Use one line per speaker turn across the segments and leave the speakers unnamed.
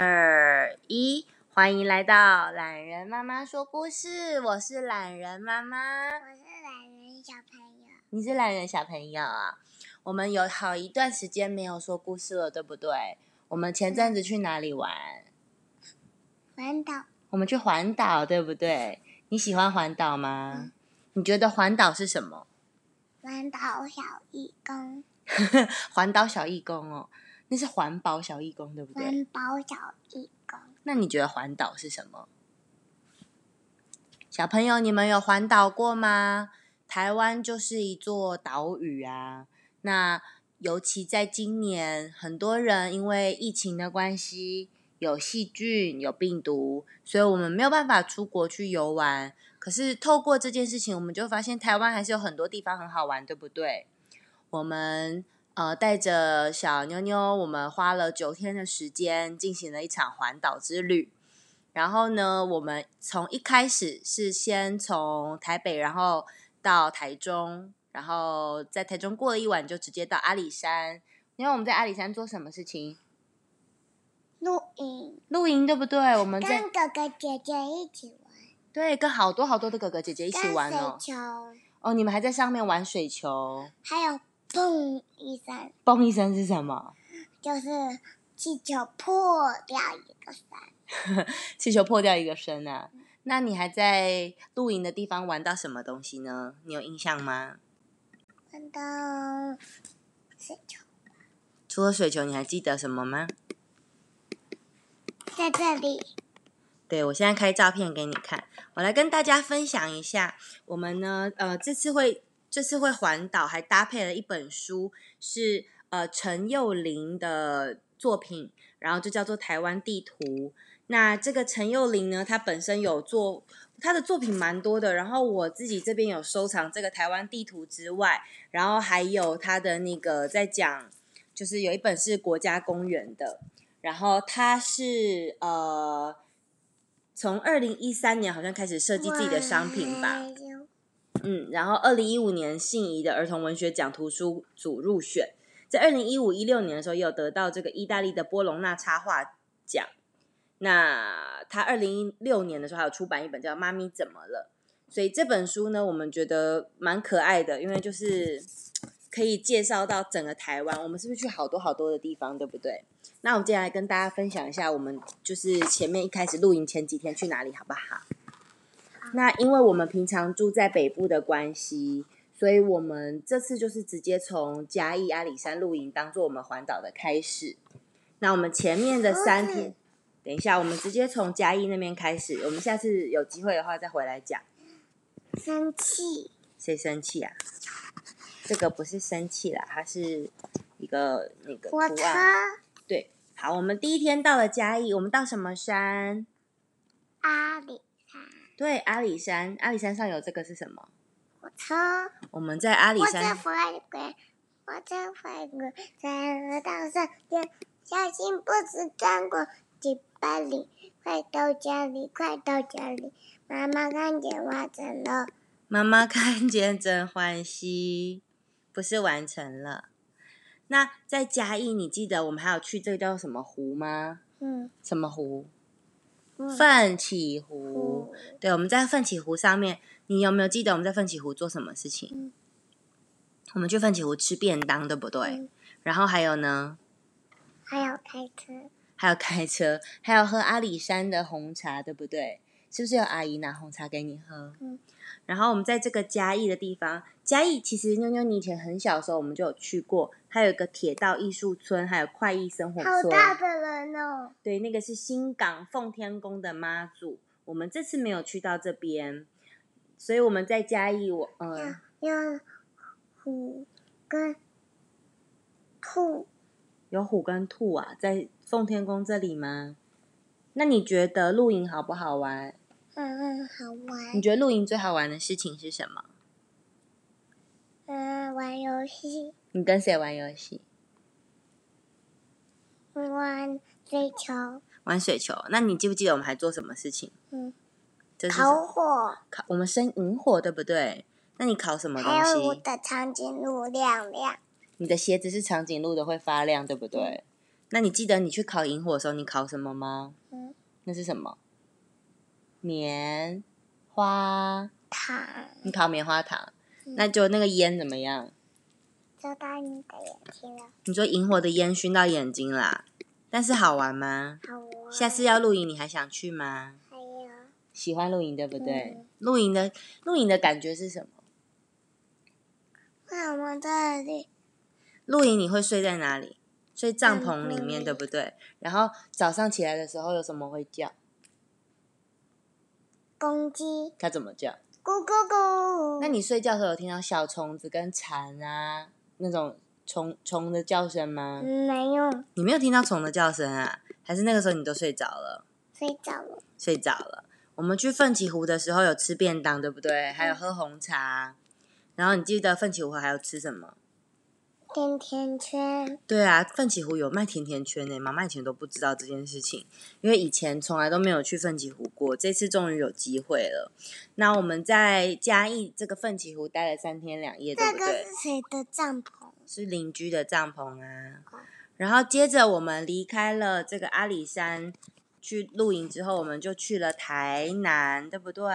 二一，欢迎来到懒人妈妈说故事，我是懒人妈妈，
我是懒人小朋友，
你是懒人小朋友啊。我们有好一段时间没有说故事了，对不对？我们前阵子去哪里玩？
环岛
我们去环岛，对不对？你喜欢环岛吗
嗯？
你觉得环岛是什么？
环岛小义工，
环岛小义工哦，那是环保小义工，对不对？
环保小义工，
那你觉得环岛是什么？小朋友，你们有环岛过吗？台湾就是一座岛屿啊。那尤其在今年，很多人因为疫情的关系，有细菌、有病毒，所以我们没有办法出国去游玩。可是透过这件事情，我们就发现台湾还是有很多地方很好玩，对不对？我们呃，带着小妞妞，我们花了九天的时间进行了一场环岛之旅。然后呢，我们从一开始是先从台北，然后到台中，然后在台中过了一晚，就直接到阿里山。因为我们在阿里山做什么事情？
露营，
露营，对不对？我们在
跟哥哥姐姐一起玩，
对跟好多好多的哥哥姐姐一
一
起玩哦。
水球，
哦，你们还在上面玩水球，
还有砰一声，
嘣一声是什么？
就是气球破掉一个伞，
气球破掉一个身啊！那你还在露营的地方玩到什么东西呢？你有印象吗？
玩到水球，
除了水球，你还记得什么吗？
在这里，
对，我现在开照片给你看，我来跟大家分享一下，我们呢，呃，这次会这次会环岛，还搭配了一本书，是呃陈幼玲的作品，然后就叫做《台湾地图》。那这个陈幼玲呢，她本身有做她的作品蛮多的，然后我自己这边有收藏这个台湾地图之外，然后还有她的那个在讲，就是有一本是国家公园的，然后他是呃，从二零一三年好像开始设计自己的商品吧，
哇，
嗯，然后二零一五年信宜的儿童文学奖图书组入选，在二零一五一六年的时候也有得到这个意大利的波隆纳插画奖。那他二零一六年的时候还有出版一本叫《妈咪怎么了》，所以这本书呢，我们觉得蛮可爱的，因为就是可以介绍到整个台湾，我们是不是去好多好多的地方，对不对？那我们接下来跟大家分享一下，我们就是前面一开始露营前几天去哪里，好不好？那因为我们平常住在北部的关系，所以我们这次就是直接从嘉义阿里山露营当做我们环岛的开始。那我们前面的三
不
天
是，
等一下，我们直接从嘉义那边开始，我们下次有机会的话再回来讲。
生气，
谁生气啊？这个不是生气啦，它是一个那个图
火车，
案。对，好，我们第一天到了嘉义，我们到什么山？
阿里山，
对，阿里山。阿里山上有这个是什么？
火车。
我们在阿里
我
山
这坏鬼，我这坏鬼在河道上边，小心不知穿过几百里，快到家里，快到家里，妈妈看见完成了，
妈妈看见真欢喜，不是完成了。那在嘉义，你记得我们还有去这个叫什么湖吗？
嗯，
什么湖？
嗯
奋起湖。
嗯
对，我们在奋起湖上面，你有没有记得我们在奋起湖做什么事情？
嗯
我们去奋起湖吃便当，对不对？
嗯
然后还有呢，
还有开车，
还有开车，还有喝阿里山的红茶，对不对？是不是有阿姨拿红茶给你喝？
嗯。
然后我们在这个嘉义的地方，嘉义其实妞妞你以前很小的时候我们就有去过，它有一个铁道艺术村，还有快意生活
好
村。
大的人哦，
对，那个是新港奉天宫的妈祖，我们这次没有去到这边，所以我们在嘉义，我嗯、呃
有虎跟兔，
有虎跟兔啊，在奉天宫这里吗？那你觉得露营好不好玩？
嗯嗯，好
你
玩，
觉得露营最好玩的事情是什么？
嗯，玩游戏，
你跟谁玩游戏？
玩追球，
玩水球？那你记不记得我们还做什么事情？
嗯，
就是什
烤火。
烤，我们生萤火，对不对？那你烤什么东
还有我
西？
的长颈鹿亮亮，
你的鞋子是长颈鹿的，会发亮，对不对？那你记得你去考萤火的时候，你考什么吗？
嗯，
那是什么？棉花，
糖
你考棉花糖，
嗯
那就那个烟怎么样？
照到你的眼睛了，
你说萤火的烟熏到眼睛啦，但是好玩吗？
好哎玩。
下次要露营，你还想去吗？
还有
喜欢露营对不对？
嗯
露营的露营的感觉是什么？
那我们这里
露营你会睡在哪里？睡帐篷里面
帐篷
对不对？然后早上起来的时候有什么会叫？
公鸡
它怎么叫？
咕咕咕。
那你睡觉的时候有听到小虫子跟蝉啊那种虫虫的叫声吗？
嗯没有
你没有听到虫的叫声啊？还是那个时候你都睡着了？
睡着了，
睡着了。我们去奋起湖的时候有吃便当，对不对？还有喝红茶。然后你记得奋起湖还有吃什么？
甜甜圈
对啊，奋起湖有卖甜甜圈呢、妈妈以前都不知道这件事情，因为以前从来都没有去奋起湖过，这次终于有机会了。那我们在嘉义这个奋起湖待了三天两夜，对
这
不
个
对？
是谁的帐篷？
是邻居的帐篷啊
哦。
然后接着我们离开了这个阿里山去露营之后，我们就去了台南，对不对？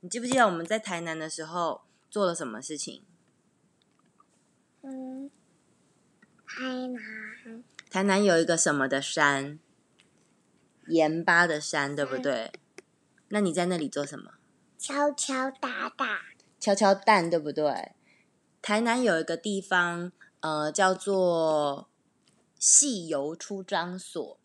你记不记得我们在台南的时候做了什么事情？
嗯，海南
台南有一个什么的山，盐巴的山，对不对？那你在那里做什么？
敲敲打打，
敲敲蛋，对不对？台南有一个地方，呃，叫做戏游出张所，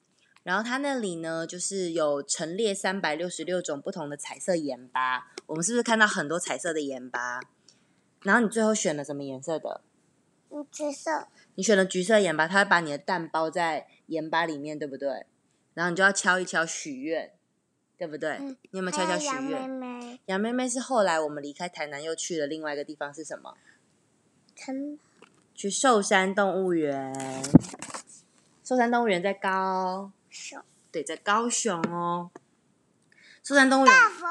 然后它那里呢，就是有陈列三百六十六种不同的彩色盐巴。我们是不是看到很多彩色的盐巴？然后你最后选了什么颜色的？
嗯，紫色
你选了橘色盐巴，它会把你的蛋包在盐巴里面，对不对？然后你就要敲一敲许愿，对不对？
嗯
你有没有敲敲
还有
许
杨梅
愿？
梅、
杨妹妹是后来我们离开台南又去了另外一个地方是什么？
陈
去寿山动物园。寿山动物园在高，
手、
对，在高雄哦。寿山动物园
大佛。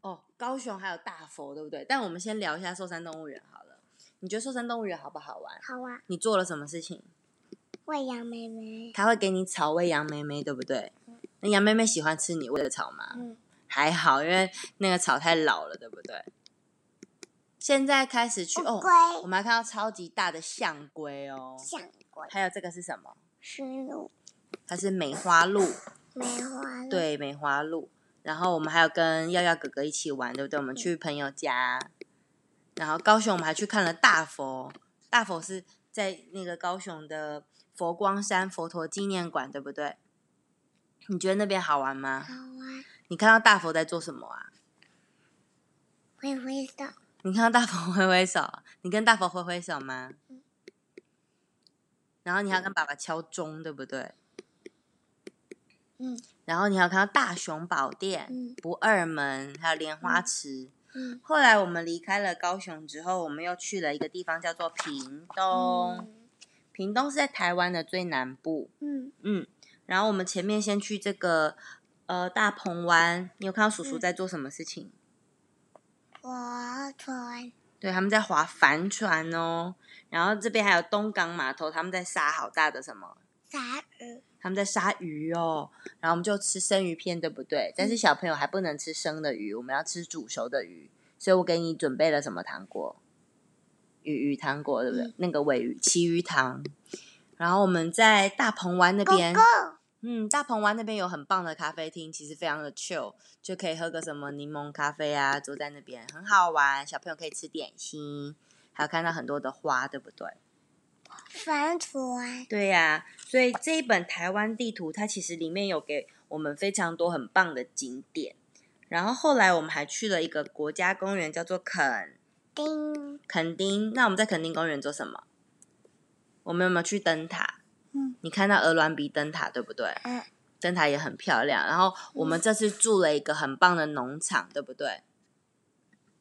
哦，高雄还有大佛，对不对？但我们先聊一下寿山动物园好了。你觉得寿山动物园好不好玩？
好啊，
你做了什么事情？
喂羊妹妹。
他会给你草喂杨妹妹，对不对？那杨妹妹喜欢吃你喂的草吗？
嗯，
还好，因为那个草太老了，对不对？现在开始去
乌
哦
龟、，
我们还看到超级大的象龟哦，
象龟、
还有这个是什么？
石鹭、
它是梅花鹿，
梅花鹿。，
对，梅花鹿。然后我们还有跟耀耀哥哥一起玩，对不对？我们去朋友家，然后高雄我们还去看了大佛，大佛是在那个高雄的佛光山佛陀纪念馆，对不对？你觉得那边好玩吗？
好啊，
你看到大佛在做什么啊？
挥挥手，
你看到大佛挥挥手，你跟大佛挥挥手吗？然后你还要跟爸爸敲钟，对不对？
嗯
然后你还有看到大雄宝殿、
嗯
不二门，还有莲花池。
嗯
后来我们离开了高雄之后，我们又去了一个地方叫做屏东。
嗯
屏东是在台湾的最南部。
嗯
嗯，然后我们前面先去这个呃大鹏湾，你有看到叔叔
嗯
在做什么事情？
我船
对，他们在划帆船哦。然后这边还有东港码头，他们在杀好大的什么？
鲨鱼，
他们在杀鱼哦，然后我们就吃生鱼片，对不对？但是小朋友还不能吃生的鱼，我们要吃煮熟的鱼，所以我给你准备了什么糖果？鱼鱼糖果，对不对？
嗯
那个尾鱼旗鱼糖。然后我们在大鹏湾那
狗
边，
狗，
嗯，大鹏湾那边有很棒的咖啡厅，其实非常的 chill，就可以喝个什么柠檬咖啡啊，坐在那边很好玩，小朋友可以吃点心，还有看到很多的花，对不对？
帆船，
对呀、所以这一本台湾地图，它其实里面有给我们非常多很棒的景点。然后后来我们还去了一个国家公园，叫做垦
叮，
垦丁。那我们在垦丁公园做什么？我们有没有去灯塔？
嗯
你看到鹅銮鼻灯塔对不对？
嗯
灯塔也很漂亮。然后我们这次住了一个很棒的农场，对不对？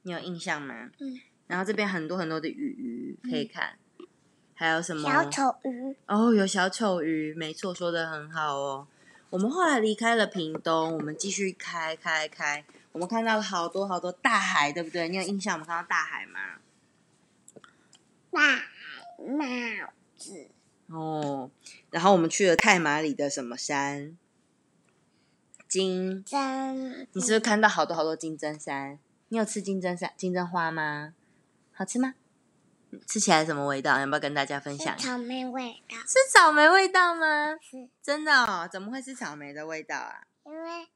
你有印象吗？
嗯，
然后这边很多很多的鱼鱼可以看，还有什么
小丑鱼，
哦，有小丑鱼，没错，说的很好哦。我们后来离开了屏东，我们继续开开开，我们看到了好多好多大海，对不对？你有印象我们看到大海吗？
大帽子，
哦，然后我们去了泰马里的什么山？金，
真
你是不是看到好多好多金针山？你有吃金针山金针花吗？好吃吗？吃起来什么味道？要不要跟大家分享
是
一下？
草莓味道，
是草莓味道吗？
是
真的哦，怎么会是草莓的味道啊？
因为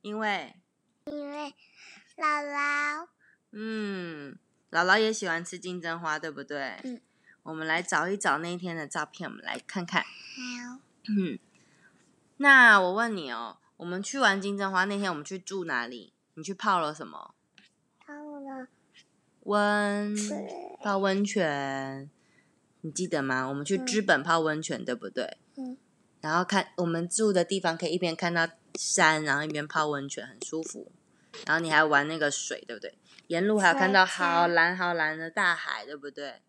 因为，
姥姥
嗯，姥姥也喜欢吃金针花，对不对？
嗯。
我们来找一找那一天的照片，我们来看看。
还有
嗯，那我问你哦，我们去完金针花那天，我们去住哪里？你去泡了什么？
还有呢，
温
对
泡温泉，你记得吗？我们去
嗯
知本泡温泉，对不对？
嗯。
然后看我们住的地方，可以一边看到山，然后一边泡温泉，很舒服。然后你还玩那个水，对不对？沿路还有看到好
水上
蓝好蓝的大海，对不对？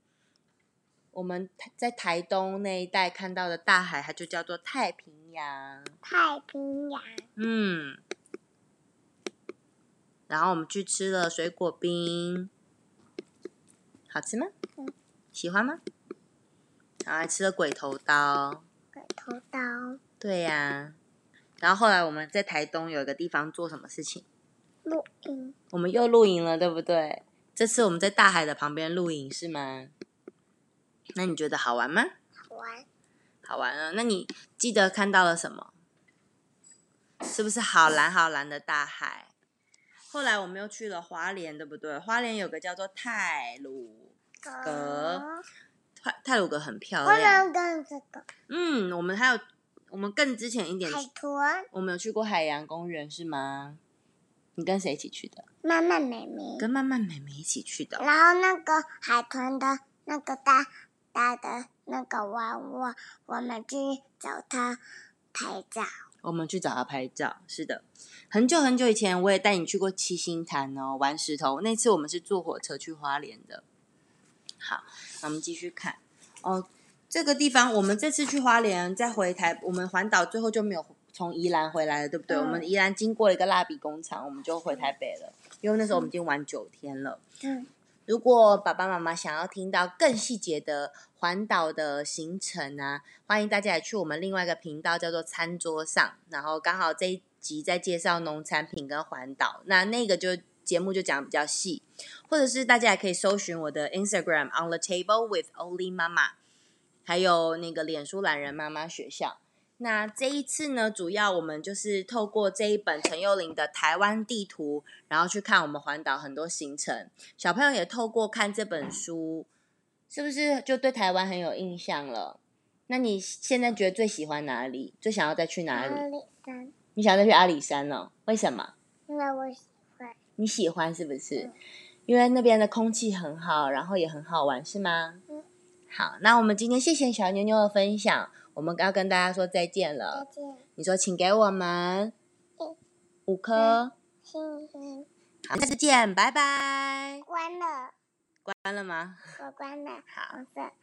我们在台东那一带看到的大海，它就叫做太平洋。
太平洋，
嗯，然后我们去吃了水果冰，好吃吗？
嗯
喜欢吗？然后还吃了鬼头刀，
鬼头刀，
对呀、然后后来我们在台东有一个地方做什么事情？
录音，
我们又露营了，对不对？这次我们在大海的旁边露营是吗？那你觉得好玩吗？
好玩，
好玩啊！那你记得看到了什么？是不是好蓝好蓝的大海？后来我们又去了花莲，对不对？花莲有个叫做泰鲁格泰泰鲁格很漂
我
亮。
想跟这个
嗯，我们还有我们更之前一点，
海豚，
我们有去过海洋公园是吗？你跟谁一起去的？
慢慢妹妹，
跟曼曼妹妹一起去的哦。
然后那个海豚的那个大大的那个娃娃，我们去找它拍照，
我们去找他拍照。是的，很久很久以前，我也带你去过七星潭哦，玩石头。那次我们是坐火车去花莲的。好，那我们继续看哦。这个地方，我们这次去花莲，再回台，我们环岛最后就没有从宜兰回来了，对不对？
嗯
我们宜兰经过了一个蜡笔工厂，我们就回台北了，因为那时候我们已经玩九天了。
嗯，
如果爸爸妈妈想要听到更细节的环岛的行程啊，欢迎大家也去我们另外一个频道叫做“餐桌上”，然后刚好这一集在介绍农产品跟环岛，那那个就节目就讲得比较细，或者是大家也可以搜寻我的 Instagram on the table with Oli 妈妈，还有那个脸书懒人妈妈学校。那这一次呢，主要我们就是透过这一本陈幼玲的台湾地图，然后去看我们环岛很多行程。小朋友也透过看这本书，是不是就对台湾很有印象了？那你现在觉得最喜欢哪里？最想要再去哪里？
里山，
你想要再去阿里山哦？为什么？
因为我喜欢，
你喜欢是不是
嗯？
因为那边的空气很好，然后也很好玩，是吗？
嗯
好，那我们今天谢谢小妞妞的分享，我们要跟大家说再见
再
了。
见，
你说，请给我们
嗯
五颗，
星星
好，下次见，拜拜。
关了，
关了吗？
我关了，
好
红色。